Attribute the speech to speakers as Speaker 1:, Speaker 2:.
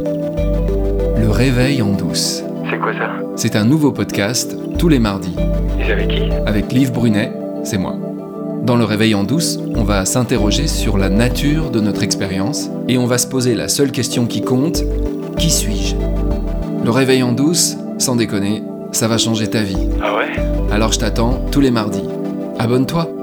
Speaker 1: Le réveil en douce.
Speaker 2: C'est quoi ça
Speaker 1: C'est un nouveau podcast tous les mardis
Speaker 2: Et avec qui
Speaker 1: avec Liv Brunet, c'est moi. Dans le réveil en douce, on va s'interroger sur la nature de notre expérience et on va se poser la seule question qui compte, qui suis-je Le réveil en douce, sans déconner, ça va changer ta vie.
Speaker 2: Ah ouais
Speaker 1: Alors je t'attends tous les mardis. Abonne-toi